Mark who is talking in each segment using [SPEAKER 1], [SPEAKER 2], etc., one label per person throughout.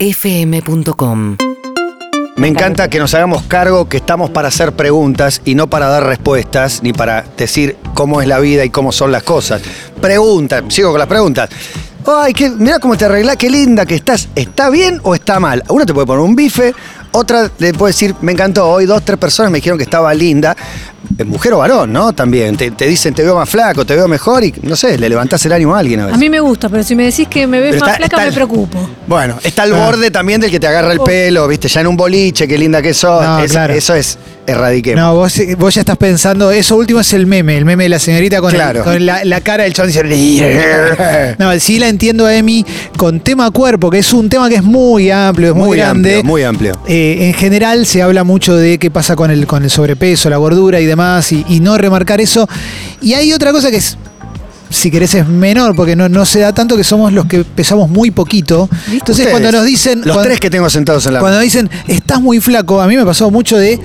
[SPEAKER 1] urbanaplayfm.com
[SPEAKER 2] Me encanta que nos hagamos cargo que estamos para hacer preguntas y no para dar respuestas, ni para decir cómo es la vida y cómo son las cosas. Preguntas, sigo con las preguntas. Ay, qué, mira cómo te arreglás, qué linda que estás. ¿Está bien o está mal? Una te puede poner un bife, otra le puede decir, me encantó, hoy dos, tres personas me dijeron que estaba linda. Eh, Mujer o varón, ¿no? También. Te, te dicen, te veo más flaco, te veo mejor y, no sé, le levantás el ánimo a alguien a veces.
[SPEAKER 3] A mí me gusta, pero si me decís que me ves
[SPEAKER 2] Pero
[SPEAKER 3] más
[SPEAKER 2] está-
[SPEAKER 3] flaca,
[SPEAKER 2] está-
[SPEAKER 3] me preocupo.
[SPEAKER 2] Bueno, está
[SPEAKER 4] Ah.
[SPEAKER 2] al borde también del que te agarra el pelo, viste, ya en un boliche, qué linda que sos.
[SPEAKER 4] No,
[SPEAKER 2] Es-
[SPEAKER 4] claro.
[SPEAKER 2] Eso es erradiquemos.
[SPEAKER 4] No, vos, eh, vos ya estás pensando, eso último es el meme, el meme de la señorita con, el-
[SPEAKER 2] Claro.
[SPEAKER 4] con la, la cara del chon dice. No, sí la entiendo a Emi con tema cuerpo, que es un tema que es muy amplio, es muy,
[SPEAKER 2] muy
[SPEAKER 4] grande.
[SPEAKER 2] amplio, muy amplio.
[SPEAKER 4] Eh, en general se habla mucho de qué pasa con el, con el sobrepeso, la gordura y demás, y, y no remarcar eso. Y hay otra cosa que es, si querés, es menor, porque no, no se da tanto que somos los que pesamos muy poquito. Entonces
[SPEAKER 2] Ustedes,
[SPEAKER 4] cuando nos dicen...
[SPEAKER 2] Los
[SPEAKER 4] cuan-
[SPEAKER 2] tres que tengo sentados en la.
[SPEAKER 4] cuando dicen, estás muy flaco, a mí me pasó mucho de,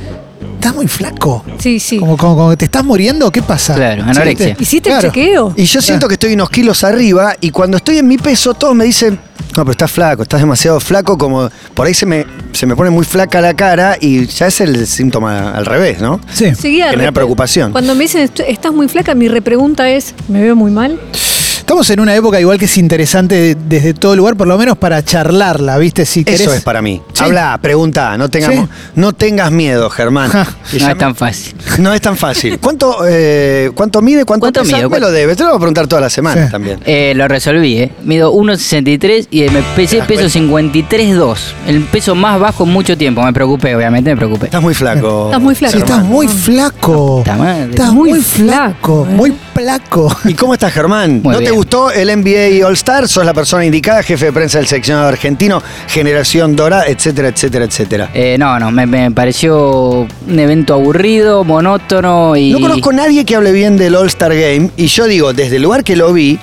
[SPEAKER 4] estás muy flaco.
[SPEAKER 3] Sí, sí.
[SPEAKER 4] Como, como, como, ¿te estás muriendo? ¿Qué pasa?
[SPEAKER 5] Claro, anorexia.
[SPEAKER 4] ¿Viste?
[SPEAKER 3] ¿Hiciste
[SPEAKER 4] Claro.
[SPEAKER 3] el chequeo?
[SPEAKER 2] y yo siento que estoy unos kilos arriba y cuando estoy en mi peso todos me dicen, no, pero estás flaco, estás demasiado flaco, como por ahí se me, se me pone muy flaca la cara y ya es el síntoma al revés, ¿no?
[SPEAKER 4] Sí.
[SPEAKER 3] Seguía
[SPEAKER 2] Genera
[SPEAKER 3] repre-
[SPEAKER 2] preocupación.
[SPEAKER 3] Cuando me dicen, "Est- estás muy flaca, mi repregunta es, ¿me veo muy mal?
[SPEAKER 4] Estamos en una época igual que es interesante de- desde todo lugar, por lo menos para charlarla, ¿viste? Si querés.
[SPEAKER 2] Eso es para mí.
[SPEAKER 4] Sí.
[SPEAKER 2] Habla, pregunta, no, tengamos,
[SPEAKER 4] Sí.
[SPEAKER 2] no tengas miedo, Germán.
[SPEAKER 4] Ja.
[SPEAKER 2] Y
[SPEAKER 5] No
[SPEAKER 2] ya-
[SPEAKER 5] es tan fácil.
[SPEAKER 2] No es tan fácil. ¿Cuánto, eh, cuánto mide? ¿Cuánto,
[SPEAKER 5] ¿Cuánto
[SPEAKER 2] pesa?
[SPEAKER 5] mido?
[SPEAKER 2] Me lo debes. Te lo voy a preguntar toda la semana
[SPEAKER 4] Sí.
[SPEAKER 2] también.
[SPEAKER 5] Eh, lo resolví, ¿eh? Mido 1,63 y me pesé
[SPEAKER 2] das cuenta?
[SPEAKER 5] peso 53,2. El peso más bajo en mucho tiempo. Me preocupé, obviamente, me preocupé.
[SPEAKER 2] Estás muy flaco.
[SPEAKER 3] Estás muy flaco.
[SPEAKER 4] Sí, estás
[SPEAKER 2] Germán.
[SPEAKER 4] muy flaco.
[SPEAKER 5] puta madre.
[SPEAKER 4] Estás muy,
[SPEAKER 3] Muy
[SPEAKER 4] flaco.
[SPEAKER 3] flaco, ¿eh?
[SPEAKER 4] Muy placo.
[SPEAKER 2] ¿Y cómo estás, Germán?
[SPEAKER 5] Muy
[SPEAKER 2] ¿No te
[SPEAKER 5] bien.
[SPEAKER 2] gustó el NBA All-Star? Sos la persona indicada, jefe de prensa del seccionado argentino, generación dorada, etcétera, etcétera, etcétera.
[SPEAKER 5] Eh, no, no, me, me pareció un evento aburrido, monótono y.
[SPEAKER 2] No conozco nadie que hable bien del All-Star Game y yo digo, desde el lugar que lo vi,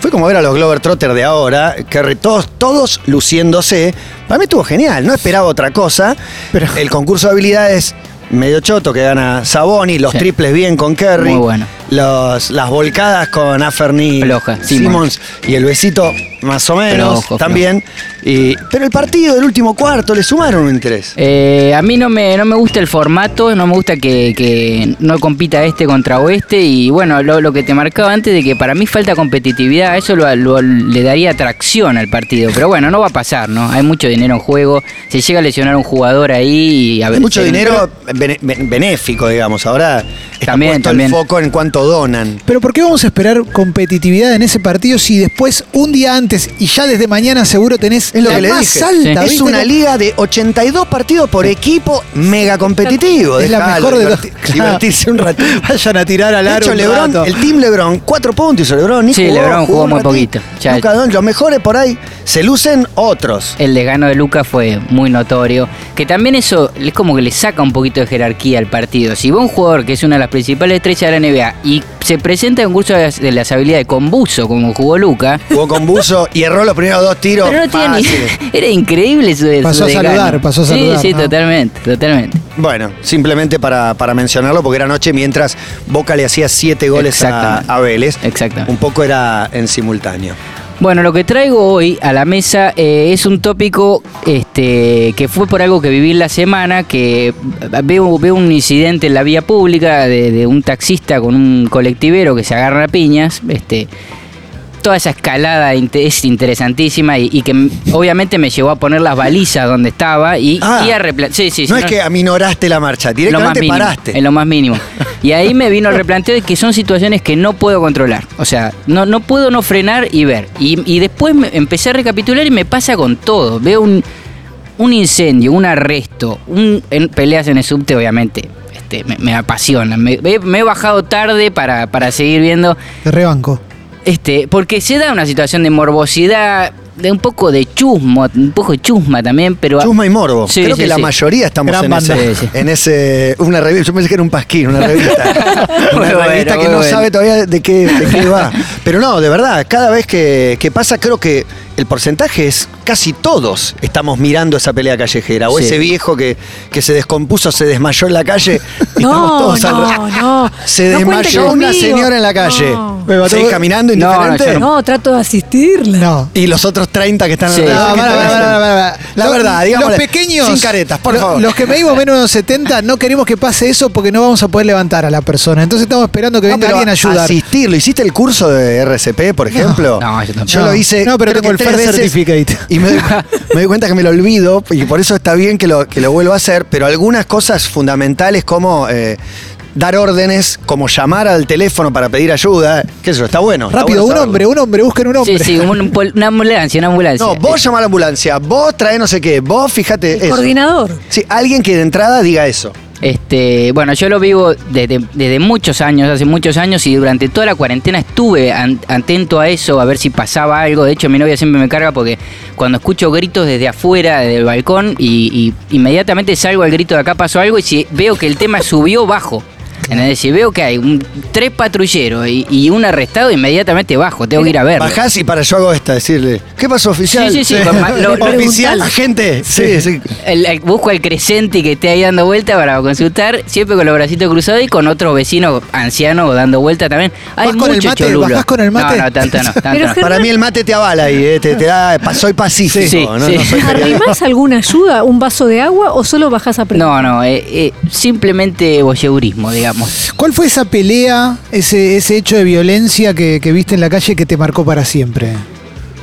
[SPEAKER 2] fue como ver a los Glover Trotter de ahora, que re- todos, todos luciéndose. Para mí estuvo genial, no esperaba otra cosa.
[SPEAKER 4] Pero-
[SPEAKER 2] el concurso de habilidades medio choto que gana Saboni, los
[SPEAKER 5] Sí.
[SPEAKER 2] triples bien con Kerry.
[SPEAKER 5] Muy bueno.
[SPEAKER 2] los- las volcadas con Aferni
[SPEAKER 5] Floja,
[SPEAKER 2] Simmons
[SPEAKER 5] Simmons.
[SPEAKER 2] y el besito más o menos
[SPEAKER 5] Flojo,
[SPEAKER 2] también. Y- pero el partido del último cuarto le sumaron un interés.
[SPEAKER 5] Eh, a mí no me, no me gusta el formato, no me gusta que, que no compita este contra oeste y bueno, lo, lo que te marcaba antes de que para mí falta competitividad, eso lo- lo- le daría atracción al partido, pero bueno, no va a pasar, ¿no? Hay mucho dinero en juego, se llega a lesionar un jugador ahí y a
[SPEAKER 2] Hay
[SPEAKER 5] ver-
[SPEAKER 2] mucho
[SPEAKER 5] se-
[SPEAKER 2] dinero bene- ben- benéfico, digamos. Ahora está
[SPEAKER 5] También,
[SPEAKER 2] puesto
[SPEAKER 5] también.
[SPEAKER 2] el foco en cuánto donan.
[SPEAKER 4] Pero ¿por qué vamos a esperar competitividad en ese partido si después, un día antes y ya desde mañana seguro tenés
[SPEAKER 2] Es lo
[SPEAKER 4] la
[SPEAKER 2] que le
[SPEAKER 4] más
[SPEAKER 2] dije.
[SPEAKER 4] alta?
[SPEAKER 2] Es
[SPEAKER 4] ¿viste?
[SPEAKER 2] una liga de 82 partidos por equipo mega competitivo.
[SPEAKER 4] Es la
[SPEAKER 2] Dejalo,
[SPEAKER 4] mejor de
[SPEAKER 2] diverti-
[SPEAKER 4] las-
[SPEAKER 2] Divertirse un ratito.
[SPEAKER 4] Vayan a tirar al
[SPEAKER 2] De
[SPEAKER 4] aro
[SPEAKER 2] hecho,
[SPEAKER 4] un
[SPEAKER 2] LeBron,
[SPEAKER 4] rato.
[SPEAKER 2] el Team LeBron, cuatro puntos hizo LeBron. ni
[SPEAKER 5] Sí, LeBron jugó
[SPEAKER 2] un
[SPEAKER 5] muy
[SPEAKER 2] ratito.
[SPEAKER 5] poquito. Ya-
[SPEAKER 2] Luka Doncic, los mejores por ahí se lucen otros.
[SPEAKER 5] El desgano de Lucas fue muy notorio. Que también eso es como que le saca un poquito de jerarquía al partido. Si va un jugador que es una de las principales estrellas de la NBA y se presenta en un curso de las, de las habilidades con buzo, como jugó Lucas,
[SPEAKER 2] Jugó con buzo y erró los primeros dos tiros.
[SPEAKER 5] Pero no tenía ni-
[SPEAKER 2] fáciles.
[SPEAKER 5] Era increíble su su
[SPEAKER 4] Pasó a
[SPEAKER 5] desgano.
[SPEAKER 4] saludar, pasó a saludar,
[SPEAKER 5] Sí, sí,
[SPEAKER 4] ¿no?
[SPEAKER 5] totalmente, totalmente.
[SPEAKER 2] Bueno, simplemente para, para mencionarlo, porque era noche mientras Boca le hacía siete goles a,
[SPEAKER 5] Exactamente.
[SPEAKER 2] a Vélez.
[SPEAKER 5] Exactamente.
[SPEAKER 2] Un poco era en simultáneo.
[SPEAKER 5] Bueno, lo que traigo hoy a la mesa eh, es un tópico este, que fue por algo que viví la semana, que veo, veo un incidente en la vía pública de, de un taxista con un colectivero que se agarra a piñas, este, toda esa escalada inte- es interesantísima y, y que m- obviamente me llevó a poner las balizas donde estaba y,
[SPEAKER 2] Ah.
[SPEAKER 5] y a repla- sí, sí, sí,
[SPEAKER 2] no es que aminoraste la marcha, directamente
[SPEAKER 5] mínimo,
[SPEAKER 2] paraste.
[SPEAKER 5] En lo más mínimo. Y ahí me vino el replanteo de que son situaciones que no puedo controlar. O sea, no, no puedo no frenar y ver. Y, y después me- empecé a recapitular y me pasa con todo. Veo un, un incendio, un arresto, un, en- peleas en el subte, obviamente. Este, me, me apasionan. Me, me- me he bajado tarde para, para seguir viendo.
[SPEAKER 4] Te rebanco.
[SPEAKER 5] Este, porque se da una situación de morbosidad, de un poco de chusmo, un poco de chusma también, pero.
[SPEAKER 2] Chusma y Morbo.
[SPEAKER 5] Sí,
[SPEAKER 2] Creo
[SPEAKER 5] sí,
[SPEAKER 2] que la
[SPEAKER 5] sí.
[SPEAKER 2] mayoría estamos
[SPEAKER 4] Gran
[SPEAKER 2] en ese,
[SPEAKER 5] banda. Sí, sí.
[SPEAKER 2] en ese. Una revista. Yo pensé que era un pasquín, una revista.
[SPEAKER 5] Muy
[SPEAKER 2] una
[SPEAKER 5] bueno,
[SPEAKER 2] revista que
[SPEAKER 5] muy
[SPEAKER 2] no
[SPEAKER 5] bueno.
[SPEAKER 2] sabe todavía de qué, de qué va. Pero no, de verdad, cada vez que, que pasa, creo que el porcentaje es casi todos estamos mirando esa pelea callejera o
[SPEAKER 5] Sí.
[SPEAKER 2] ese viejo que, que se descompuso, se desmayó en la calle. y estamos
[SPEAKER 3] No,
[SPEAKER 2] todos al ra-
[SPEAKER 3] no, no.
[SPEAKER 2] Se
[SPEAKER 3] No cuente
[SPEAKER 2] desmayó una
[SPEAKER 3] conmigo.
[SPEAKER 2] señora en la calle.
[SPEAKER 3] No.
[SPEAKER 4] Me mató-
[SPEAKER 2] ¿Seguís caminando
[SPEAKER 5] No, no,
[SPEAKER 2] indiferente?
[SPEAKER 5] yo
[SPEAKER 3] No, trato de asistirla.
[SPEAKER 4] No.
[SPEAKER 2] Y los otros 30 que están
[SPEAKER 5] Sí.
[SPEAKER 2] alrededor,
[SPEAKER 4] No,
[SPEAKER 2] que
[SPEAKER 4] pará,
[SPEAKER 2] están
[SPEAKER 4] pará,
[SPEAKER 2] haciendo-
[SPEAKER 4] pará, pará.
[SPEAKER 2] La
[SPEAKER 4] Los-
[SPEAKER 2] verdad, digamos.
[SPEAKER 4] Los pequeños.
[SPEAKER 2] Sin caretas, por
[SPEAKER 4] lo-
[SPEAKER 2] favor.
[SPEAKER 4] Los que medimos menos de 70 no queremos que pase eso porque no vamos a poder levantar a la persona. Entonces estamos esperando que
[SPEAKER 2] No,
[SPEAKER 4] venga
[SPEAKER 2] pero
[SPEAKER 4] alguien a ayudar.
[SPEAKER 2] Asistirlo. ¿Hiciste el curso de RCP, por ejemplo?
[SPEAKER 5] No, yo tampoco.
[SPEAKER 2] Yo
[SPEAKER 4] No.
[SPEAKER 2] lo hice.
[SPEAKER 4] No, pero
[SPEAKER 2] creo
[SPEAKER 4] tengo
[SPEAKER 2] que
[SPEAKER 4] el
[SPEAKER 2] tres
[SPEAKER 4] Fair
[SPEAKER 2] veces
[SPEAKER 4] Certificate.
[SPEAKER 2] Y me, doy- me doy cuenta que me lo olvido, y por eso está bien que lo, que lo vuelva a hacer, pero algunas cosas fundamentales como. eh, Dar órdenes, como llamar al teléfono para pedir ayuda, qué sé yo, está bueno. está
[SPEAKER 4] Rápido, un
[SPEAKER 2] bueno saberlo.
[SPEAKER 4] hombre, un hombre, busquen un hombre.
[SPEAKER 5] Sí, sí, un- un pol- una ambulancia, una ambulancia.
[SPEAKER 2] No, vos llamá a la ambulancia, vos trae no sé qué, vos fíjate
[SPEAKER 3] El
[SPEAKER 2] eso.
[SPEAKER 3] coordinador.
[SPEAKER 2] Sí, alguien que de entrada diga eso.
[SPEAKER 5] Este, bueno, yo lo vivo desde, desde muchos años, hace muchos años, y durante toda la cuarentena estuve an- atento a eso, a ver si pasaba algo. De hecho, mi novia siempre me carga porque cuando escucho gritos desde afuera, desde el balcón, y, y inmediatamente salgo al grito de acá pasó algo, y si veo que el tema subió, bajo. ¿Entendés? Si veo que hay un- tres patrulleros y, y un arrestado, inmediatamente bajo, tengo que ir a verlo.
[SPEAKER 2] Bajás y para yo hago esta, decirle, ¿qué pasó oficial?
[SPEAKER 5] Sí, sí, sí, papá, lo- lo-
[SPEAKER 2] oficial, agente. Sí, sí.
[SPEAKER 5] El- el- busco al creciente que esté ahí dando vuelta para consultar, siempre con los bracitos cruzados y con otro vecino anciano dando vuelta también. Hay
[SPEAKER 4] ¿Vas con el
[SPEAKER 5] mucho
[SPEAKER 4] mate?
[SPEAKER 5] cholulo.
[SPEAKER 4] ¿Bajás con el mate?
[SPEAKER 5] No, no, tanto no. Tanto
[SPEAKER 3] Pero
[SPEAKER 5] no.
[SPEAKER 3] Germán-
[SPEAKER 2] Para mí el mate te avala ahí, eh, te, te da, pa- soy pacífico,
[SPEAKER 5] Sí,
[SPEAKER 2] ¿no?
[SPEAKER 5] sí.
[SPEAKER 2] No soy periodista.
[SPEAKER 3] ¿Arrimás alguna ayuda? ¿Un vaso de agua o solo bajás a preguntar?
[SPEAKER 5] No, no, eh, eh, simplemente voyeurismo, digamos.
[SPEAKER 4] ¿Cuál fue esa pelea, ese, ese hecho de violencia que, que viste en la calle que te marcó para siempre?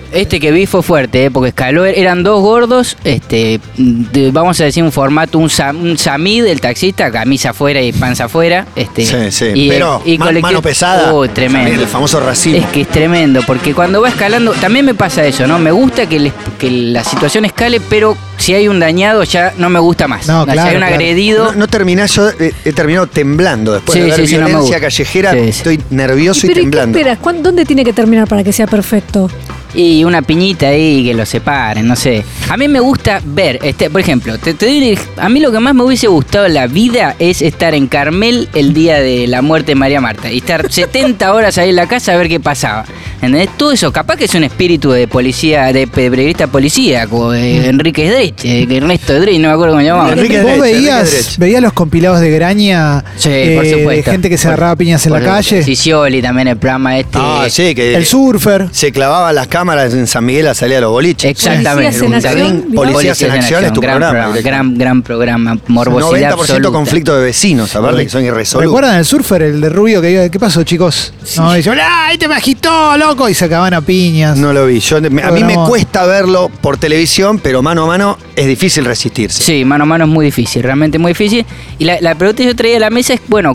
[SPEAKER 5] Este que vi fue fuerte, eh, porque escaló, eran dos gordos, este, de- vamos a decir un formato, un, sam, un samid, el taxista, camisa afuera y panza afuera. Este,
[SPEAKER 2] Sí, sí,
[SPEAKER 5] y-
[SPEAKER 2] pero
[SPEAKER 5] y
[SPEAKER 2] ma-
[SPEAKER 5] colectivo-
[SPEAKER 2] mano pesada.
[SPEAKER 5] Uy, Oh, tremendo.
[SPEAKER 2] El famoso racismo.
[SPEAKER 5] Es que es tremendo, porque cuando va escalando, también me pasa eso, ¿no? Me gusta que, les- que la situación escale, pero si hay un dañado ya no me gusta más.
[SPEAKER 4] No,
[SPEAKER 5] O sea,
[SPEAKER 4] claro,
[SPEAKER 5] si hay un
[SPEAKER 4] claro.
[SPEAKER 5] agredido,
[SPEAKER 2] No, no terminás, yo eh, he terminado temblando después
[SPEAKER 5] Sí,
[SPEAKER 2] de ver
[SPEAKER 5] sí, sí, no me
[SPEAKER 2] violencia
[SPEAKER 5] gusta.
[SPEAKER 2] callejera,
[SPEAKER 5] Sí, sí.
[SPEAKER 2] estoy
[SPEAKER 3] ¿Y
[SPEAKER 2] nervioso y,
[SPEAKER 3] pero, ¿y qué
[SPEAKER 2] temblando.
[SPEAKER 3] esperas? ¿Cuán- ¿Dónde tiene que terminar para que sea perfecto?
[SPEAKER 5] y una piñita ahí que lo separen, no sé. A mí me gusta ver, este, por ejemplo, te, te doy un ej- a mí lo que más me hubiese gustado en la vida es estar en Carmel el día de la muerte de María Marta y estar 70 horas ahí en la casa a ver qué pasaba. ¿Entendés? Todo eso, capaz que es un espíritu de policía, de periodista policía, como de Enrique Drech, eh, que Ernesto Drech, no me acuerdo cómo se llamaba.
[SPEAKER 2] Enrique
[SPEAKER 4] ¿Vos
[SPEAKER 2] Drech,
[SPEAKER 4] veías,
[SPEAKER 2] Enrique Drech.
[SPEAKER 4] veías los compilados de Graña?
[SPEAKER 5] Sí, por
[SPEAKER 4] eh, de
[SPEAKER 5] supuesto.
[SPEAKER 4] gente que se
[SPEAKER 5] Por-
[SPEAKER 4] agarraba piñas en la
[SPEAKER 5] Por supuesto.
[SPEAKER 4] calle.
[SPEAKER 5] Scioli también el programa este.
[SPEAKER 2] Ah, sí, que
[SPEAKER 4] El surfer.
[SPEAKER 2] se clavaban las cámaras en San Miguel a salir a los boliches.
[SPEAKER 5] Exactamente.
[SPEAKER 3] Policías en
[SPEAKER 5] Un
[SPEAKER 3] Acción,
[SPEAKER 5] gran-
[SPEAKER 3] mirá.
[SPEAKER 2] Policías en Acción es tu
[SPEAKER 5] gran
[SPEAKER 2] programa,
[SPEAKER 5] gran, gran programa. Morbosidad
[SPEAKER 2] 90%
[SPEAKER 5] absoluta.
[SPEAKER 2] conflicto de vecinos, aparte que son irresolubles.
[SPEAKER 4] ¿Recuerdan el surfer, el de rubio que iba, ¿qué pasó, chicos? No, y dice, "Hola, ahí te me agitó, loco! Y se acaban a piñas.
[SPEAKER 2] No lo vi. Yo, me- a mí me
[SPEAKER 4] Programa.
[SPEAKER 2] cuesta verlo por televisión, pero mano a mano es difícil resistirse.
[SPEAKER 5] Sí, mano a mano es muy difícil, realmente muy difícil. Y la, la pregunta que yo traía a la mesa es, bueno,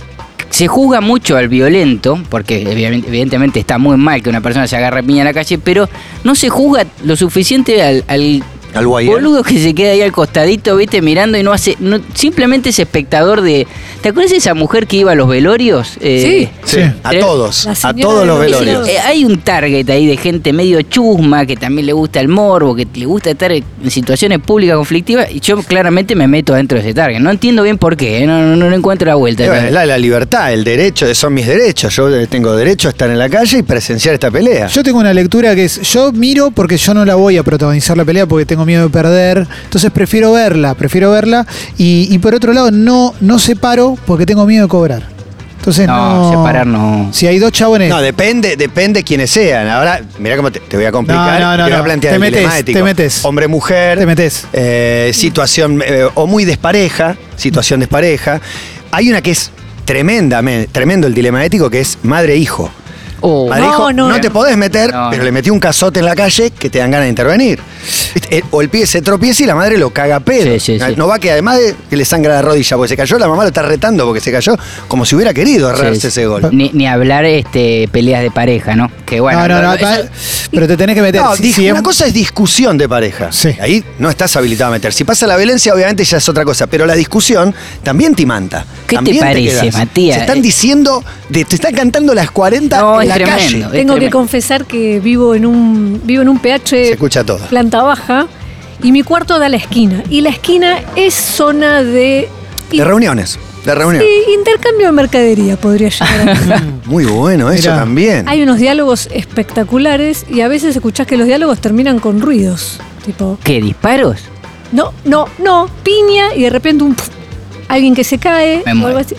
[SPEAKER 5] se juzga mucho al violento, porque evident- evidentemente está muy mal que una persona se agarre a piña en la calle, pero no se juzga lo suficiente al, al
[SPEAKER 2] Al guayero.
[SPEAKER 5] boludo que se queda ahí al costadito, viste, mirando y no hace, no- simplemente es espectador de... ¿Te acuerdas de esa mujer que iba a los velorios? Eh,
[SPEAKER 3] Sí.
[SPEAKER 2] Sí,
[SPEAKER 4] Sí.
[SPEAKER 2] a
[SPEAKER 5] Tre-
[SPEAKER 2] todos,
[SPEAKER 3] La
[SPEAKER 2] a
[SPEAKER 3] señora
[SPEAKER 2] todos
[SPEAKER 3] de
[SPEAKER 2] los
[SPEAKER 3] los
[SPEAKER 2] velorios.
[SPEAKER 3] vecinos.
[SPEAKER 5] Eh, hay un target ahí de gente medio chusma, que también le gusta el morbo, que le gusta estar en situaciones públicas conflictivas, y yo claramente me meto dentro de ese target. No entiendo bien por qué, eh, no, no, no le encuentro la vuelta.
[SPEAKER 2] Eh, bueno, la, la libertad, el derecho, son mis derechos. Yo eh, tengo derecho a estar en la calle y presenciar esta pelea.
[SPEAKER 4] Yo tengo una lectura que es, yo miro porque yo no la voy a protagonizar la pelea porque tengo miedo de perder, entonces prefiero verla, prefiero verla y, y por otro lado no, no separo porque tengo miedo de cobrar. Entonces no,
[SPEAKER 5] No, separar no.
[SPEAKER 4] Si hay dos chabones,
[SPEAKER 2] no, depende, depende quiénes sean. Ahora, mirá cómo te, te voy a complicar.
[SPEAKER 4] No, no, no,
[SPEAKER 2] te voy a
[SPEAKER 4] no.
[SPEAKER 2] plantear
[SPEAKER 4] Te
[SPEAKER 2] el
[SPEAKER 4] metes,
[SPEAKER 2] dilema ético.
[SPEAKER 4] te metes.
[SPEAKER 2] Hombre-mujer.
[SPEAKER 4] Te metes.
[SPEAKER 2] eh, situación eh, o muy despareja, situación despareja. Hay una que es tremenda, me- tremendo el dilema ético, que es madre-hijo.
[SPEAKER 5] Oh,
[SPEAKER 2] Madre
[SPEAKER 3] No,
[SPEAKER 2] hijo, no,
[SPEAKER 3] no.
[SPEAKER 2] te podés meter,
[SPEAKER 5] No,
[SPEAKER 2] pero
[SPEAKER 5] no.
[SPEAKER 2] le metí un cazote en la calle que te dan ganas de intervenir. Viste, eh, O el pie se tropieza y la madre lo caga a pedo.
[SPEAKER 5] Sí, sí, sí.
[SPEAKER 2] No va que además de que le sangra la rodilla porque se cayó, la mamá lo está retando porque se cayó como si hubiera querido errarse
[SPEAKER 5] sí,
[SPEAKER 2] ese gol.
[SPEAKER 5] Ni, ni hablar este peleas de pareja, ¿no? Que bueno.
[SPEAKER 4] no, no,
[SPEAKER 5] lo-
[SPEAKER 4] no,
[SPEAKER 5] eso-
[SPEAKER 4] pa- pero te tenés que meter.
[SPEAKER 2] No,
[SPEAKER 4] Si-
[SPEAKER 2] dis-
[SPEAKER 4] si es-
[SPEAKER 2] una cosa es discusión de pareja.
[SPEAKER 4] Sí.
[SPEAKER 2] Ahí no estás habilitado a meter. Si pasa la violencia, obviamente ya es otra cosa. Pero la discusión también te manta.
[SPEAKER 5] ¿Qué te
[SPEAKER 2] También
[SPEAKER 5] parece,
[SPEAKER 2] quedás.
[SPEAKER 5] Matías?
[SPEAKER 2] Se están diciendo, de- te están cantando las 40
[SPEAKER 5] No,
[SPEAKER 2] en
[SPEAKER 5] es
[SPEAKER 2] la
[SPEAKER 5] tremendo.
[SPEAKER 2] calle.
[SPEAKER 5] Es
[SPEAKER 3] Tengo que
[SPEAKER 5] tremendo.
[SPEAKER 3] confesar que vivo en un vivo en un PH
[SPEAKER 5] Eh,
[SPEAKER 2] Se escucha todo.
[SPEAKER 3] planta baja y mi cuarto da a la esquina y la esquina es zona de
[SPEAKER 2] De reuniones. de reunión.
[SPEAKER 3] Sí, intercambio de mercadería podría llegar a ser.
[SPEAKER 2] Muy bueno eso
[SPEAKER 4] Mirá.
[SPEAKER 2] también.
[SPEAKER 3] Hay unos diálogos espectaculares y a veces escuchás que los diálogos terminan con ruidos. Tipo,
[SPEAKER 5] ¿Qué disparos?
[SPEAKER 3] no, no, no, piña y de repente un... pf, alguien que se cae
[SPEAKER 5] Me
[SPEAKER 3] o
[SPEAKER 5] muero.
[SPEAKER 3] algo así.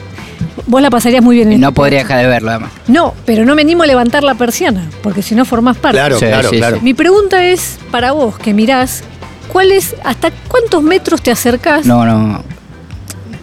[SPEAKER 3] Vos la pasarías muy bien en
[SPEAKER 5] No
[SPEAKER 3] este
[SPEAKER 5] podría dejar de verlo, además.
[SPEAKER 3] No, pero no me animo a levantar la persiana, porque si no formás parte.
[SPEAKER 2] Claro,
[SPEAKER 5] Sí,
[SPEAKER 2] claro,
[SPEAKER 5] sí,
[SPEAKER 2] claro.
[SPEAKER 5] sí.
[SPEAKER 3] Mi pregunta es para vos que mirás, ¿cuál es, hasta cuántos metros te acercás?
[SPEAKER 5] No, no.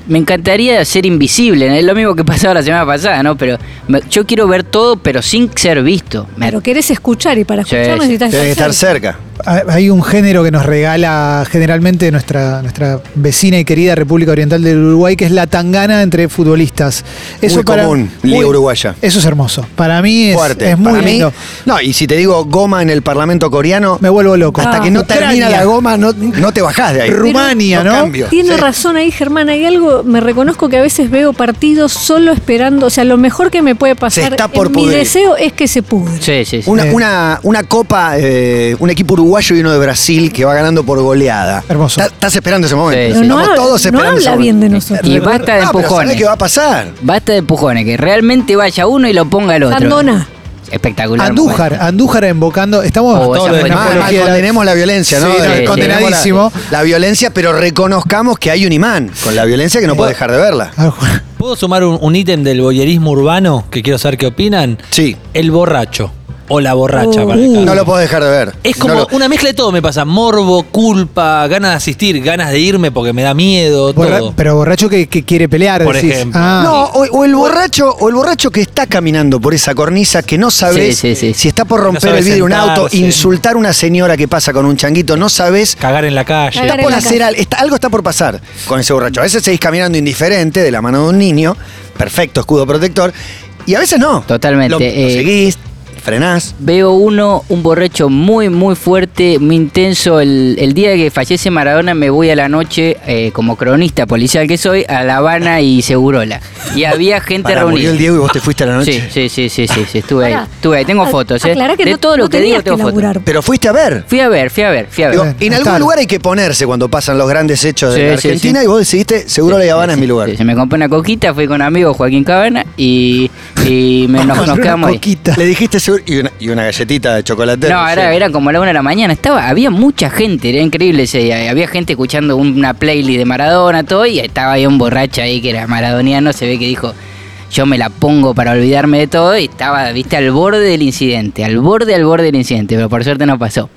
[SPEAKER 5] Me encantaría ser invisible, es lo mismo que pasaba la semana pasada, ¿no? Pero me- yo quiero ver todo, pero sin ser visto. Me-
[SPEAKER 3] Pero querés escuchar y para
[SPEAKER 5] Sí,
[SPEAKER 3] escuchar
[SPEAKER 5] sí.
[SPEAKER 3] necesitas
[SPEAKER 2] Tienes que estar cerca.
[SPEAKER 4] Ha- Hay un género que nos regala generalmente nuestra, nuestra vecina y querida República Oriental del Uruguay, que es la tangana entre futbolistas.
[SPEAKER 2] Muy común, liga uruguaya.
[SPEAKER 4] Eso es hermoso. Para mí es,
[SPEAKER 2] Fuerte.
[SPEAKER 4] es muy
[SPEAKER 2] Para mí-
[SPEAKER 4] lindo.
[SPEAKER 2] no, y si te digo goma en el Parlamento coreano,
[SPEAKER 4] Me vuelvo loco.
[SPEAKER 2] hasta
[SPEAKER 3] Ah.
[SPEAKER 2] que no termina
[SPEAKER 4] Ucrania.
[SPEAKER 2] la goma, no, no te bajás de ahí.
[SPEAKER 4] Rumania, ¿no?
[SPEAKER 2] cambio.
[SPEAKER 3] Tiene
[SPEAKER 2] Sí.
[SPEAKER 3] razón ahí, Germán. Hay algo, me reconozco que a veces veo partidos solo esperando. O sea, lo mejor que me puede pasar.
[SPEAKER 2] está
[SPEAKER 3] en
[SPEAKER 2] por
[SPEAKER 3] mi
[SPEAKER 2] pudrir.
[SPEAKER 3] deseo es que se pudre.
[SPEAKER 5] Sí, sí, sí.
[SPEAKER 2] Una,
[SPEAKER 4] Sí.
[SPEAKER 2] una, una copa, eh, un equipo uruguayo y uno de Brasil que va ganando por goleada.
[SPEAKER 4] Hermoso.
[SPEAKER 2] Ta- Estás esperando ese momento.
[SPEAKER 5] Sí, sí.
[SPEAKER 3] Pero no
[SPEAKER 2] Estamos
[SPEAKER 3] habla,
[SPEAKER 2] todos
[SPEAKER 3] no
[SPEAKER 2] esperando ese
[SPEAKER 3] habla
[SPEAKER 2] momento.
[SPEAKER 3] bien de nosotros.
[SPEAKER 5] Y basta de
[SPEAKER 2] Ah, pero
[SPEAKER 5] empujones.
[SPEAKER 2] ¿sabés qué va a pasar?
[SPEAKER 5] Basta de empujones, que realmente vaya uno y lo ponga el otro.
[SPEAKER 3] Andona.
[SPEAKER 5] Espectacular.
[SPEAKER 4] Andújar, Andújar invocando. Estamos
[SPEAKER 5] Oh, esa
[SPEAKER 4] todos en
[SPEAKER 5] fue-
[SPEAKER 2] Mal, mal,
[SPEAKER 4] apología de la-
[SPEAKER 2] condenemos la violencia, ¿no?
[SPEAKER 4] Sí,
[SPEAKER 5] no,
[SPEAKER 2] Eh,
[SPEAKER 4] condenadísimo.
[SPEAKER 2] La, la violencia, pero reconozcamos que hay un imán con la violencia que no puede dejar de verla.
[SPEAKER 4] A ver, Juan.
[SPEAKER 1] ¿Puedo sumar un, un ítem del boyerismo urbano que quiero saber qué opinan?
[SPEAKER 2] Sí.
[SPEAKER 1] El borracho o la borracha.
[SPEAKER 3] Uh.
[SPEAKER 1] para acá.
[SPEAKER 2] No lo puedo dejar de ver.
[SPEAKER 1] es
[SPEAKER 2] No
[SPEAKER 1] como
[SPEAKER 2] lo-
[SPEAKER 1] una mezcla de todo, me pasa morbo, culpa, ganas de asistir, ganas de irme porque me da miedo,
[SPEAKER 4] Borra-
[SPEAKER 1] todo.
[SPEAKER 4] pero borracho que, que quiere pelear.
[SPEAKER 1] Por
[SPEAKER 4] decís.
[SPEAKER 1] ejemplo.
[SPEAKER 4] Ah,
[SPEAKER 2] No, o, o el borracho, o el borracho que está caminando por esa cornisa que no sabes
[SPEAKER 5] Sí, sí, sí.
[SPEAKER 2] si está por
[SPEAKER 1] No
[SPEAKER 2] romper
[SPEAKER 1] sabe
[SPEAKER 2] el vidrio de un auto,
[SPEAKER 1] sentarse.
[SPEAKER 2] insultar a una señora que pasa con un changuito, no sabes.
[SPEAKER 1] Cagar en la calle.
[SPEAKER 3] Cagar
[SPEAKER 2] Está
[SPEAKER 3] en
[SPEAKER 2] por
[SPEAKER 3] la
[SPEAKER 2] hacer al-
[SPEAKER 3] calle.
[SPEAKER 2] está- algo está por pasar con ese borracho. A veces seguís caminando indiferente de la mano de un niño, perfecto escudo protector, y a veces no.
[SPEAKER 5] Totalmente,
[SPEAKER 2] Lo, lo
[SPEAKER 5] eh.
[SPEAKER 2] seguís, frenás.
[SPEAKER 5] Veo uno, un borracho muy, muy fuerte, muy intenso. El, el día que fallece Maradona me voy a la noche, eh, como cronista policial que soy, a La Habana y Segurola. Y había gente
[SPEAKER 2] Pará, murió
[SPEAKER 5] reunida.
[SPEAKER 2] el Diego y vos te fuiste a la noche.
[SPEAKER 5] Sí, sí, sí, sí, sí, sí, estuve ahí.
[SPEAKER 3] Pará.
[SPEAKER 5] Estuve ahí, tengo
[SPEAKER 3] A-
[SPEAKER 5] fotos, ¿eh?
[SPEAKER 3] aclará que
[SPEAKER 5] de
[SPEAKER 3] no-
[SPEAKER 5] todo
[SPEAKER 3] no
[SPEAKER 5] lo que digo
[SPEAKER 3] tenías
[SPEAKER 5] tengo
[SPEAKER 3] que
[SPEAKER 5] fotos.
[SPEAKER 3] laburar.
[SPEAKER 2] Pero fuiste a ver.
[SPEAKER 5] Fui a ver, fui a ver, fui a ver.
[SPEAKER 2] Digo,
[SPEAKER 4] Bien,
[SPEAKER 2] en algún
[SPEAKER 4] estar.
[SPEAKER 2] lugar hay que ponerse cuando pasan los grandes hechos de
[SPEAKER 5] Sí,
[SPEAKER 2] la
[SPEAKER 5] sí,
[SPEAKER 2] Argentina
[SPEAKER 5] sí.
[SPEAKER 2] y vos decidiste, seguro la Habana es mi lugar.
[SPEAKER 5] Sí, sí, me compré una coquita, fui con amigo Joaquín Cabana y, y me, nos, nos
[SPEAKER 4] Compré una
[SPEAKER 5] quedamos ahí.
[SPEAKER 4] coquita.
[SPEAKER 2] Le dijiste seguro y una, y una galletita de chocolate.
[SPEAKER 5] No, era, era como la una de la mañana. Estaba, había mucha gente, era increíble ese día. Había gente escuchando una playlist de Maradona, todo, y estaba ahí un borracho ahí que era maradoniano, se ve que dijo, yo me la pongo para olvidarme de todo, y estaba, viste, al borde del incidente, al borde, al borde del incidente, pero por suerte no pasó.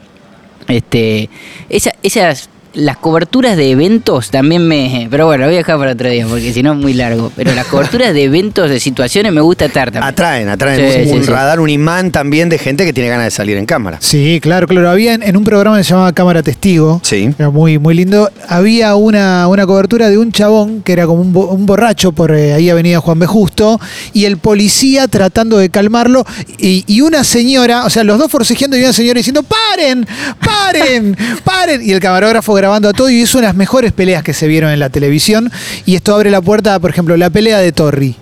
[SPEAKER 5] Este, esa- esas, las coberturas de eventos también me... Pero bueno, lo voy a dejar para otro día, porque si no es muy largo. Pero las coberturas de eventos, de situaciones, me gusta estar también.
[SPEAKER 2] Atraen, atraen.
[SPEAKER 5] Sí,
[SPEAKER 2] un
[SPEAKER 5] sí,
[SPEAKER 2] un
[SPEAKER 5] sí.
[SPEAKER 2] radar, un imán también de gente que tiene ganas de salir en cámara.
[SPEAKER 4] Sí, claro, claro. Había en, en un programa que se llamaba Cámara Testigo.
[SPEAKER 2] Sí.
[SPEAKER 4] Era muy, muy lindo. Había una, una cobertura de un chabón que era como un, bo- un borracho por eh, ahí Avenida Juan B. Justo. Y el policía tratando de calmarlo. Y, y una señora, o sea, los dos forcejeando y una señora diciendo: ¡Paren! ¡Paren! ¡Paren! Y el camarógrafo grabando a todo. Y hizo unas mejores peleas que se vieron en la televisión. Y esto abre la puerta, por ejemplo, la pelea de Torri.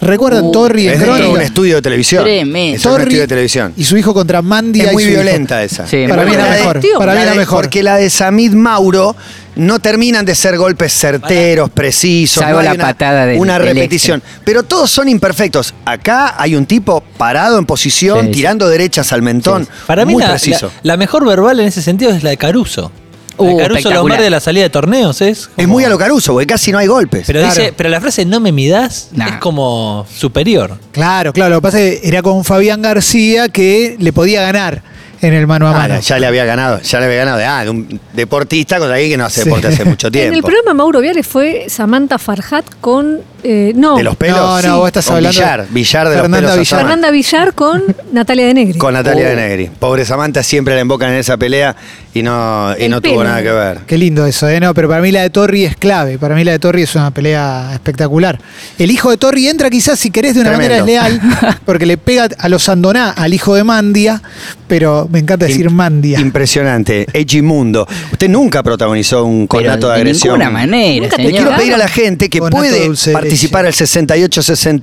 [SPEAKER 4] ¿Recuerdan
[SPEAKER 5] Uh,
[SPEAKER 4] Torri
[SPEAKER 2] Es
[SPEAKER 4] en
[SPEAKER 2] dentro de un
[SPEAKER 4] Crónica?
[SPEAKER 2] estudio de televisión.
[SPEAKER 5] Tremendo.
[SPEAKER 2] Es un estudio de televisión.
[SPEAKER 4] y su hijo contra Mandy.
[SPEAKER 2] Es
[SPEAKER 4] y
[SPEAKER 2] muy
[SPEAKER 4] su hijo.
[SPEAKER 2] violenta esa.
[SPEAKER 5] Sí,
[SPEAKER 4] Para
[SPEAKER 2] Pero
[SPEAKER 4] mí
[SPEAKER 2] la
[SPEAKER 4] era
[SPEAKER 2] de-
[SPEAKER 4] mejor.
[SPEAKER 3] Tío.
[SPEAKER 4] Para mí
[SPEAKER 2] la
[SPEAKER 4] era
[SPEAKER 2] de-
[SPEAKER 4] mejor.
[SPEAKER 2] Porque la de Samid Mauro no terminan de ser golpes certeros, precisos.
[SPEAKER 5] Salvo
[SPEAKER 2] no hay
[SPEAKER 5] la
[SPEAKER 2] una,
[SPEAKER 5] patada del-
[SPEAKER 2] Una
[SPEAKER 5] del
[SPEAKER 2] repetición. Pero todos son imperfectos. Acá hay un tipo parado en posición,
[SPEAKER 5] Sí, sí.
[SPEAKER 2] tirando derechas al mentón.
[SPEAKER 5] Sí,
[SPEAKER 1] Para mí
[SPEAKER 2] muy
[SPEAKER 1] la,
[SPEAKER 2] preciso.
[SPEAKER 1] la- la mejor verbal en ese sentido es la de Caruso. La de
[SPEAKER 5] Uh,
[SPEAKER 1] Caruso
[SPEAKER 5] espectacular.
[SPEAKER 1] Lombardi de la salida de torneos es.
[SPEAKER 2] es
[SPEAKER 1] como-
[SPEAKER 2] muy a lo Caruso, porque casi no hay golpes.
[SPEAKER 1] Pero dice, pero la frase no me midas
[SPEAKER 5] Nah.
[SPEAKER 1] es como superior.
[SPEAKER 4] Claro, claro. Lo que pasa es que era con Fabián García que le podía ganar en el mano a
[SPEAKER 2] Ah,
[SPEAKER 4] mano.
[SPEAKER 2] ya le había ganado, ya le había ganado. Ah, de un deportista con alguien que no hace
[SPEAKER 4] Sí.
[SPEAKER 2] deporte hace mucho
[SPEAKER 3] En el
[SPEAKER 2] tiempo.
[SPEAKER 3] programa Mauro Viales fue Samantha Farhat con. eh, no,
[SPEAKER 2] De los pelos.
[SPEAKER 4] No, no, vos estás
[SPEAKER 2] Con
[SPEAKER 4] hablando de-
[SPEAKER 2] Villar, Villar de
[SPEAKER 4] Fernanda
[SPEAKER 2] los pelos.
[SPEAKER 4] Villar.
[SPEAKER 2] Azamán.
[SPEAKER 3] Fernanda Villar con Natalia de Negri.
[SPEAKER 2] Con Natalia
[SPEAKER 5] Oh.
[SPEAKER 2] de Negri. Pobre Samantha siempre la embocan en esa pelea y no, y
[SPEAKER 3] El
[SPEAKER 2] no tuvo
[SPEAKER 3] pelo.
[SPEAKER 2] nada que ver.
[SPEAKER 4] Qué lindo eso, ¿eh? No, pero para mí la de Torri es clave. Para mí la de Torri es una pelea espectacular. El hijo de Torri entra quizás, si querés, de una
[SPEAKER 2] Tremendo.
[SPEAKER 4] manera desleal, porque le pega a los Andoná, al hijo de Mandia, pero me encanta decir
[SPEAKER 2] Im-
[SPEAKER 4] Mandia.
[SPEAKER 2] Impresionante. Edgimundo. Usted nunca protagonizó un
[SPEAKER 5] Pero
[SPEAKER 2] conato de agresión.
[SPEAKER 5] ninguna manera,
[SPEAKER 3] Nunca te
[SPEAKER 5] señor.
[SPEAKER 2] Le quiero pedir a la
[SPEAKER 3] Claro.
[SPEAKER 2] gente que
[SPEAKER 4] Conato
[SPEAKER 2] puede
[SPEAKER 4] dulce de leche.
[SPEAKER 2] participar el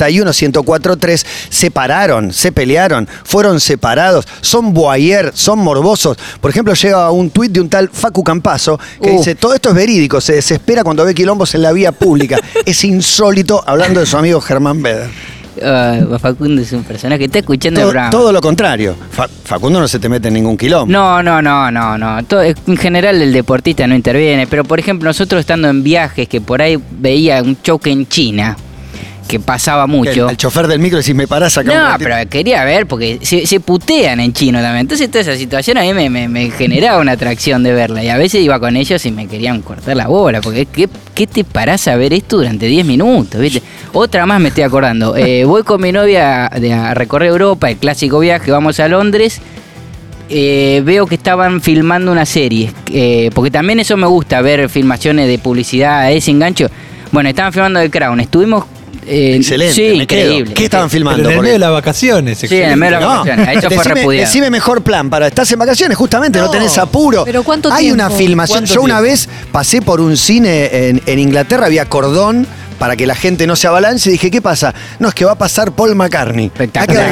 [SPEAKER 2] 68-61-1043, se pararon, se pelearon, fueron separados, son boyer, son morbosos. Por ejemplo, llega un tuit de un tal Facu Campazo que
[SPEAKER 5] Uh.
[SPEAKER 2] dice, todo esto es verídico, se desespera cuando ve quilombos en la vía pública. es insólito, hablando de su amigo Germán Beder.
[SPEAKER 5] Ah, Facundo es un personaje que está escuchando el
[SPEAKER 2] Todo,
[SPEAKER 5] programa.
[SPEAKER 2] todo lo contrario. Fa- Facundo no se te mete en ningún quilombo.
[SPEAKER 5] No, no, no, no, no. Todo- en general el deportista no interviene, pero por ejemplo nosotros estando en viajes que por ahí veía un choque en China, que pasaba mucho.
[SPEAKER 2] El, el chofer del micro si me parás acá. un
[SPEAKER 5] No,
[SPEAKER 2] ratito".
[SPEAKER 5] pero quería ver porque se, se putean en chino también. Entonces toda esa situación a mí me, me- me generaba una atracción de verla. Y a veces iba con ellos y me querían cortar la bola. Porque ¿qué, qué te parás a ver esto durante 10 minutos? ¿viste? Otra más me estoy acordando. Eh, voy con mi novia a, de- a recorrer Europa, el clásico viaje, vamos a Londres. Eh, veo que estaban filmando una serie. eh, porque también eso me gusta, ver filmaciones de publicidad, ese engancho. Bueno, estaban filmando The Crown. Estuvimos... eh,
[SPEAKER 2] Excelente,
[SPEAKER 5] sí,
[SPEAKER 2] me quedo.
[SPEAKER 5] increíble.
[SPEAKER 2] ¿Qué estaban
[SPEAKER 1] Pero
[SPEAKER 2] filmando?
[SPEAKER 1] en el
[SPEAKER 2] Porque-
[SPEAKER 1] medio de las vacaciones.
[SPEAKER 5] Sí, en el medio de las vacaciones. Ahí ya fue
[SPEAKER 2] decime,
[SPEAKER 5] repudiado.
[SPEAKER 2] decime mejor plan para. Estás en vacaciones, justamente, no,
[SPEAKER 1] No.
[SPEAKER 2] tenés apuro.
[SPEAKER 3] Pero ¿cuánto
[SPEAKER 2] Hay
[SPEAKER 3] tiempo?
[SPEAKER 2] una filmación.
[SPEAKER 1] ¿Cuánto
[SPEAKER 2] Yo una
[SPEAKER 1] tiempo?
[SPEAKER 2] vez pasé por un cine en, en Inglaterra, había cordón para que la gente no se abalance y dije, ¿qué pasa? No, es que va a pasar Paul McCartney.
[SPEAKER 5] Espectacular.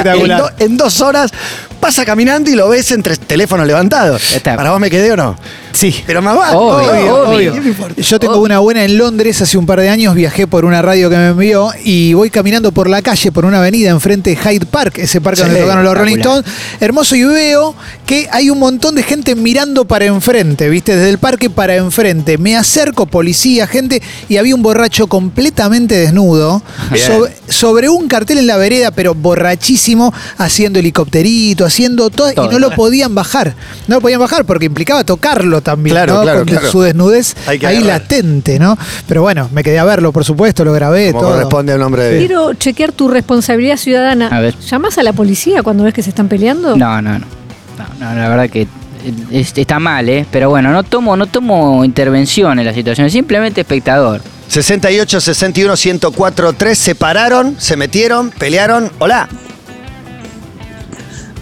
[SPEAKER 2] Acá, En,
[SPEAKER 4] Espectacular.
[SPEAKER 2] do- en dos horas pasa caminando y lo ves entre teléfonos levantados.
[SPEAKER 5] Está.
[SPEAKER 2] ¿Para vos me quedé o no?
[SPEAKER 4] Sí.
[SPEAKER 2] Pero más vale.
[SPEAKER 5] Obvio, obvio.
[SPEAKER 2] ¿Qué me importa?
[SPEAKER 4] Yo tengo una buena en Londres, hace un par de años viajé por una radio que me envió y voy caminando por la calle, por una avenida enfrente de Hyde Park, ese parque donde
[SPEAKER 2] Sí,
[SPEAKER 4] tocaron los Rolling
[SPEAKER 5] espectacular.
[SPEAKER 4] Stones, hermoso y veo que hay un montón de gente mirando para enfrente, viste, desde el parque para enfrente. Me acerco, policía, gente, y había un borracho completamente desnudo
[SPEAKER 2] Bien.
[SPEAKER 4] sobre, sobre un cartel en la vereda, pero borrachísimo, haciendo helicópterito, haciendo todo, y
[SPEAKER 5] Todo.
[SPEAKER 4] no lo podían bajar. No lo podían bajar porque implicaba tocarlo también,
[SPEAKER 2] Claro,
[SPEAKER 4] ¿no?
[SPEAKER 2] claro,
[SPEAKER 4] Con
[SPEAKER 2] claro.
[SPEAKER 4] su desnudez
[SPEAKER 2] Hay que
[SPEAKER 4] ahí
[SPEAKER 2] agarrar.
[SPEAKER 4] latente, ¿no? Pero bueno, me quedé a verlo, por supuesto, lo grabé,
[SPEAKER 2] Como
[SPEAKER 4] todo.
[SPEAKER 2] corresponde al nombre de.
[SPEAKER 3] Quiero chequear tu responsabilidad ciudadana.
[SPEAKER 5] A ver.
[SPEAKER 3] ¿Llamás a la policía cuando ves que se están peleando?
[SPEAKER 5] No, no, no. No, no, la verdad que eh, es- está mal, ¿eh? Pero bueno, no tomo, no tomo intervención en la situación, simplemente espectador.
[SPEAKER 2] 68, 61, 104, 3 se pararon, se metieron, pelearon. Hola.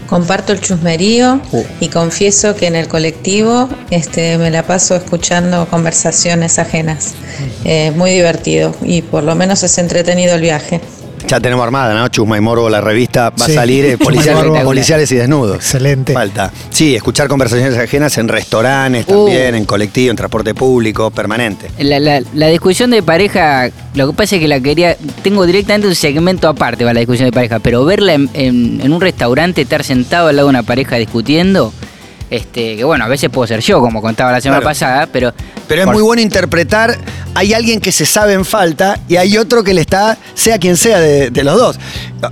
[SPEAKER 6] Comparto el chusmerío
[SPEAKER 5] Oh.
[SPEAKER 6] y confieso que en el colectivo este, me la paso escuchando conversaciones ajenas. Eh, muy divertido y por lo menos es entretenido el viaje.
[SPEAKER 2] Ya tenemos armada, ¿no? Chusma y Morbo, la revista va
[SPEAKER 4] Sí.
[SPEAKER 2] a salir eh,
[SPEAKER 4] Chusma y
[SPEAKER 2] policiales,
[SPEAKER 4] Morbo.
[SPEAKER 2] policiales y desnudos.
[SPEAKER 4] Excelente.
[SPEAKER 2] Falta. Sí, escuchar conversaciones ajenas en restaurantes
[SPEAKER 5] Uh.
[SPEAKER 2] también, en colectivo, en transporte público, permanente.
[SPEAKER 5] La, la- la discusión de pareja, lo que pasa es que la quería, tengo directamente un segmento aparte para la discusión de pareja, pero verla en, en- en un restaurante, estar sentado al lado de una pareja discutiendo, este, que bueno, a veces puedo ser yo, como contaba la semana
[SPEAKER 2] Claro.
[SPEAKER 5] pasada, pero...
[SPEAKER 2] Pero es
[SPEAKER 5] por-
[SPEAKER 2] muy bueno interpretar, hay alguien que se sabe en falta y hay otro que le está, sea quien sea de, de los dos.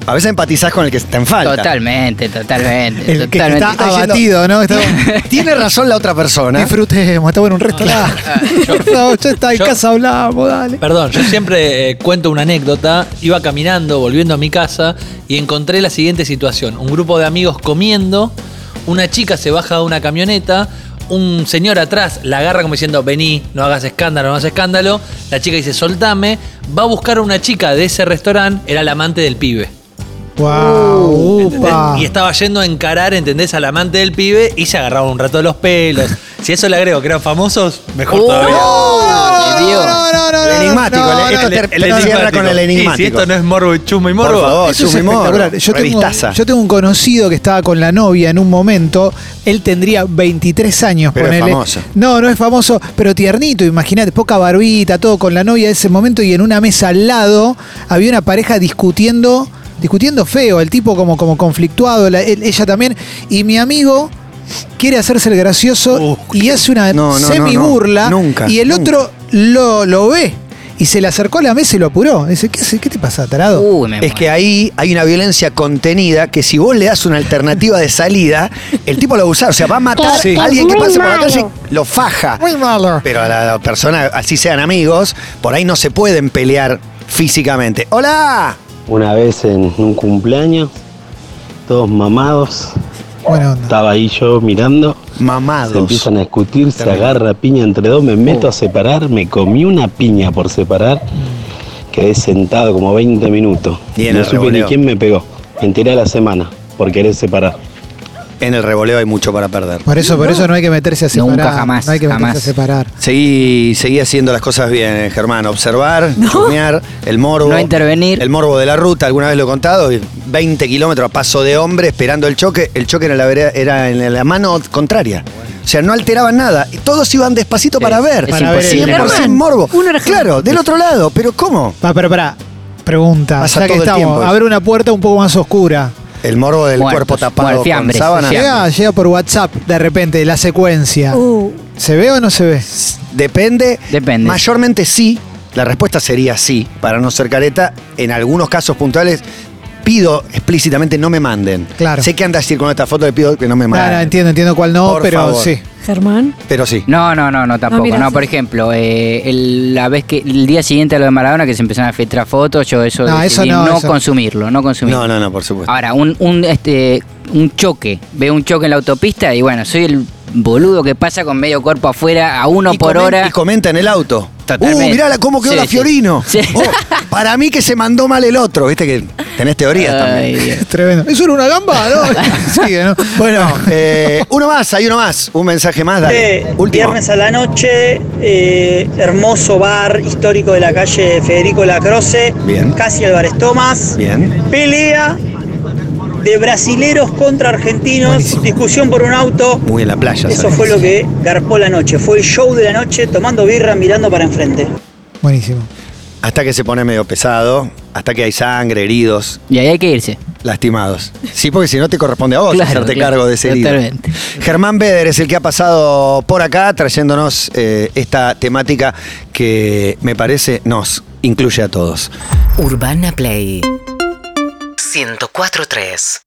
[SPEAKER 2] A veces empatizás con el que está en falta.
[SPEAKER 5] Totalmente, totalmente.
[SPEAKER 4] El que
[SPEAKER 5] totalmente.
[SPEAKER 4] está abatido, ¿no? Está-
[SPEAKER 2] Tiene razón la otra persona.
[SPEAKER 4] Disfrutemos, estamos en un restaurante. No, ya está, en
[SPEAKER 1] Ah, yo-
[SPEAKER 4] casa hablamos, dale.
[SPEAKER 1] Perdón, yo siempre eh, cuento una anécdota. Iba caminando, volviendo a mi casa, y encontré la siguiente situación. Un grupo de amigos comiendo, una chica se baja de una camioneta, un señor atrás la agarra como diciendo, vení, no hagas escándalo, no hagas escándalo. La chica dice, soltame, va a buscar a una chica de ese restaurante, era la amante del pibe.
[SPEAKER 4] Wow,
[SPEAKER 1] ¿entendés?
[SPEAKER 4] upa.
[SPEAKER 1] uh, Y estaba yendo a encarar, ¿entendés? Al amante del pibe y se agarraba un rato de los pelos. Si a eso le agrego que eran famosos, mejor
[SPEAKER 5] ¡Oh!
[SPEAKER 1] todavía.
[SPEAKER 5] Me dio.
[SPEAKER 4] No, no, no, no, no,
[SPEAKER 2] enigmático,
[SPEAKER 4] no,
[SPEAKER 2] el-
[SPEAKER 4] no,
[SPEAKER 2] este
[SPEAKER 4] no,
[SPEAKER 2] ter- esto cierra con el
[SPEAKER 1] Y
[SPEAKER 2] enigmático.
[SPEAKER 1] si esto no es morbo, chusma y morbo.
[SPEAKER 2] Por favor,
[SPEAKER 4] Eso es
[SPEAKER 2] Chusma y Morbo,
[SPEAKER 4] espectacular. Yo tengo,
[SPEAKER 2] revistaza.
[SPEAKER 4] yo tengo un conocido que estaba con la novia en un momento. Él tendría 23 años,
[SPEAKER 2] Pero es
[SPEAKER 4] ponele.
[SPEAKER 2] famoso.
[SPEAKER 4] No, no es famoso, pero tiernito, imagínate, poca barbita, todo con la novia de ese momento y en una mesa al lado había una pareja discutiendo, discutiendo feo, el tipo como, como conflictuado, la- él- ella también, y mi amigo quiere hacerse el gracioso y hace una
[SPEAKER 2] Uh, No, no, no,
[SPEAKER 4] semi burla
[SPEAKER 2] no. Nunca,
[SPEAKER 4] y el
[SPEAKER 2] nunca.
[SPEAKER 4] otro lo, lo ve. Y se le acercó a la mesa y lo apuró. Dice, ¿qué, hace? ¿Qué te pasa, tarado?
[SPEAKER 5] Uy, me
[SPEAKER 2] Es
[SPEAKER 5] muero.
[SPEAKER 2] que ahí hay una violencia contenida que si vos le das una alternativa de salida, el tipo lo va a usar. O sea, va a matar
[SPEAKER 4] Sí.
[SPEAKER 2] a alguien que pase por la calle, lo faja.
[SPEAKER 4] Muy malo.
[SPEAKER 2] Pero a la persona, así sean amigos, por ahí no se pueden pelear físicamente. ¡Hola!
[SPEAKER 7] Una vez en un cumpleaños, todos mamados,
[SPEAKER 4] Buena onda.
[SPEAKER 7] estaba ahí yo mirando, se
[SPEAKER 2] Mamados.
[SPEAKER 7] empiezan a discutir, se agarra piña entre dos, me meto a separar, me comí una piña por separar, quedé sentado como 20 minutos.
[SPEAKER 2] Y en
[SPEAKER 7] no
[SPEAKER 2] el
[SPEAKER 7] supe ni
[SPEAKER 2] revoleo.
[SPEAKER 7] quién me pegó, me enteré a la semana por querer separar.
[SPEAKER 2] en el revoleo hay mucho para perder.
[SPEAKER 4] Por eso, por eso no hay que meterse a
[SPEAKER 5] Nunca,
[SPEAKER 4] separar.
[SPEAKER 5] jamás,
[SPEAKER 4] No hay que meterse
[SPEAKER 5] jamás.
[SPEAKER 4] a separar.
[SPEAKER 2] Seguí, seguí haciendo las cosas bien, eh, Germán. Observar, chusmear, el morbo.
[SPEAKER 5] No intervenir.
[SPEAKER 2] El morbo de la ruta, alguna vez lo he contado. y 20 kilómetros a paso de hombre esperando el choque. El choque era, la vereda- era en la mano contraria. O sea, no alteraban nada. Y Todos iban despacito para
[SPEAKER 5] Es-
[SPEAKER 2] ver.
[SPEAKER 5] es
[SPEAKER 2] para ver.
[SPEAKER 5] imposible.
[SPEAKER 2] 100%
[SPEAKER 3] Germán,
[SPEAKER 2] morbo.
[SPEAKER 3] un argentino.
[SPEAKER 2] Claro, del otro lado. Pero ¿cómo?
[SPEAKER 4] Va, pero pará. Pregunta.
[SPEAKER 2] Pasa
[SPEAKER 4] ya que
[SPEAKER 2] todo el
[SPEAKER 4] estamos,
[SPEAKER 2] tiempo eso.
[SPEAKER 4] abre una puerta un poco más oscura.
[SPEAKER 2] El morbo del
[SPEAKER 5] Muertos,
[SPEAKER 2] cuerpo tapado
[SPEAKER 5] muer- fiambres,
[SPEAKER 2] con sábana.
[SPEAKER 5] fiambres.
[SPEAKER 4] Llega, llega por WhatsApp de repente la secuencia.
[SPEAKER 3] Uh,
[SPEAKER 4] ¿Se ve o no se ve?
[SPEAKER 2] Depende.
[SPEAKER 5] Depende.
[SPEAKER 2] Mayormente sí. La respuesta sería sí. Para no ser careta, en algunos casos puntuales pido explícitamente no me manden.
[SPEAKER 4] Claro.
[SPEAKER 2] Sé que andas a ir con esta foto, le pido que no me manden.
[SPEAKER 4] Claro, entiendo, entiendo cuál no,
[SPEAKER 2] Por
[SPEAKER 4] pero
[SPEAKER 2] favor.
[SPEAKER 4] sí.
[SPEAKER 3] Germán.
[SPEAKER 2] Pero sí.
[SPEAKER 5] No, no, no, no, tampoco.
[SPEAKER 3] mira,
[SPEAKER 5] no,
[SPEAKER 3] sí.
[SPEAKER 5] por ejemplo, eh, el, la vez que el día siguiente a lo de Maradona que se empezaron a filtrar fotos, yo eso
[SPEAKER 4] No,
[SPEAKER 5] decidí
[SPEAKER 4] eso no,
[SPEAKER 5] no
[SPEAKER 4] eso-
[SPEAKER 5] consumirlo, no consumirlo.
[SPEAKER 2] No, no, no, por supuesto.
[SPEAKER 5] Ahora, un, un, este, un choque. Veo un choque en la autopista y bueno, soy el boludo que pasa con medio cuerpo afuera a uno
[SPEAKER 2] Y
[SPEAKER 5] por
[SPEAKER 2] comen-
[SPEAKER 5] hora.
[SPEAKER 2] Y comenta en el auto.
[SPEAKER 5] Totalmente.
[SPEAKER 2] Uh, mirá la- cómo quedó
[SPEAKER 5] Sí,
[SPEAKER 2] la
[SPEAKER 5] sí.
[SPEAKER 2] Fiorino.
[SPEAKER 5] Sí.
[SPEAKER 2] Oh, para mí que se mandó mal el otro. Viste que tenés teorías
[SPEAKER 5] Ay,
[SPEAKER 2] también.
[SPEAKER 5] Dios.
[SPEAKER 4] Es tremendo. ¿Eso era una gamba? No. Sigue, ¿no? Bueno,
[SPEAKER 2] Eh, uno más, hay uno más. Un mensaje más, dale.
[SPEAKER 8] Che,
[SPEAKER 2] Último.
[SPEAKER 8] Viernes a la noche, eh, hermoso bar histórico de la calle Federico Lacroce,
[SPEAKER 2] Bien.
[SPEAKER 8] casi Álvarez Tomás.
[SPEAKER 2] Bien.
[SPEAKER 8] Pelea de brasileros contra argentinos,
[SPEAKER 2] Buenísimo.
[SPEAKER 8] discusión por un auto.
[SPEAKER 2] Muy en la playa.
[SPEAKER 8] Eso
[SPEAKER 2] ¿sabes?
[SPEAKER 8] fue lo que garpó la noche, fue el show de la noche tomando birra, mirando para enfrente.
[SPEAKER 4] buenísimo.
[SPEAKER 2] Hasta que se pone medio pesado, hasta que hay sangre, heridos,
[SPEAKER 5] Y ahí hay que irse.
[SPEAKER 2] lastimados. Sí, porque si no te corresponde a vos
[SPEAKER 5] Claro,
[SPEAKER 2] hacerte
[SPEAKER 5] claro,
[SPEAKER 2] cargo de ese herido.
[SPEAKER 5] totalmente.
[SPEAKER 2] Germán Beder es el que ha pasado por acá trayéndonos eh, esta temática que me parece nos incluye a todos.
[SPEAKER 9] Urbana Play 104.3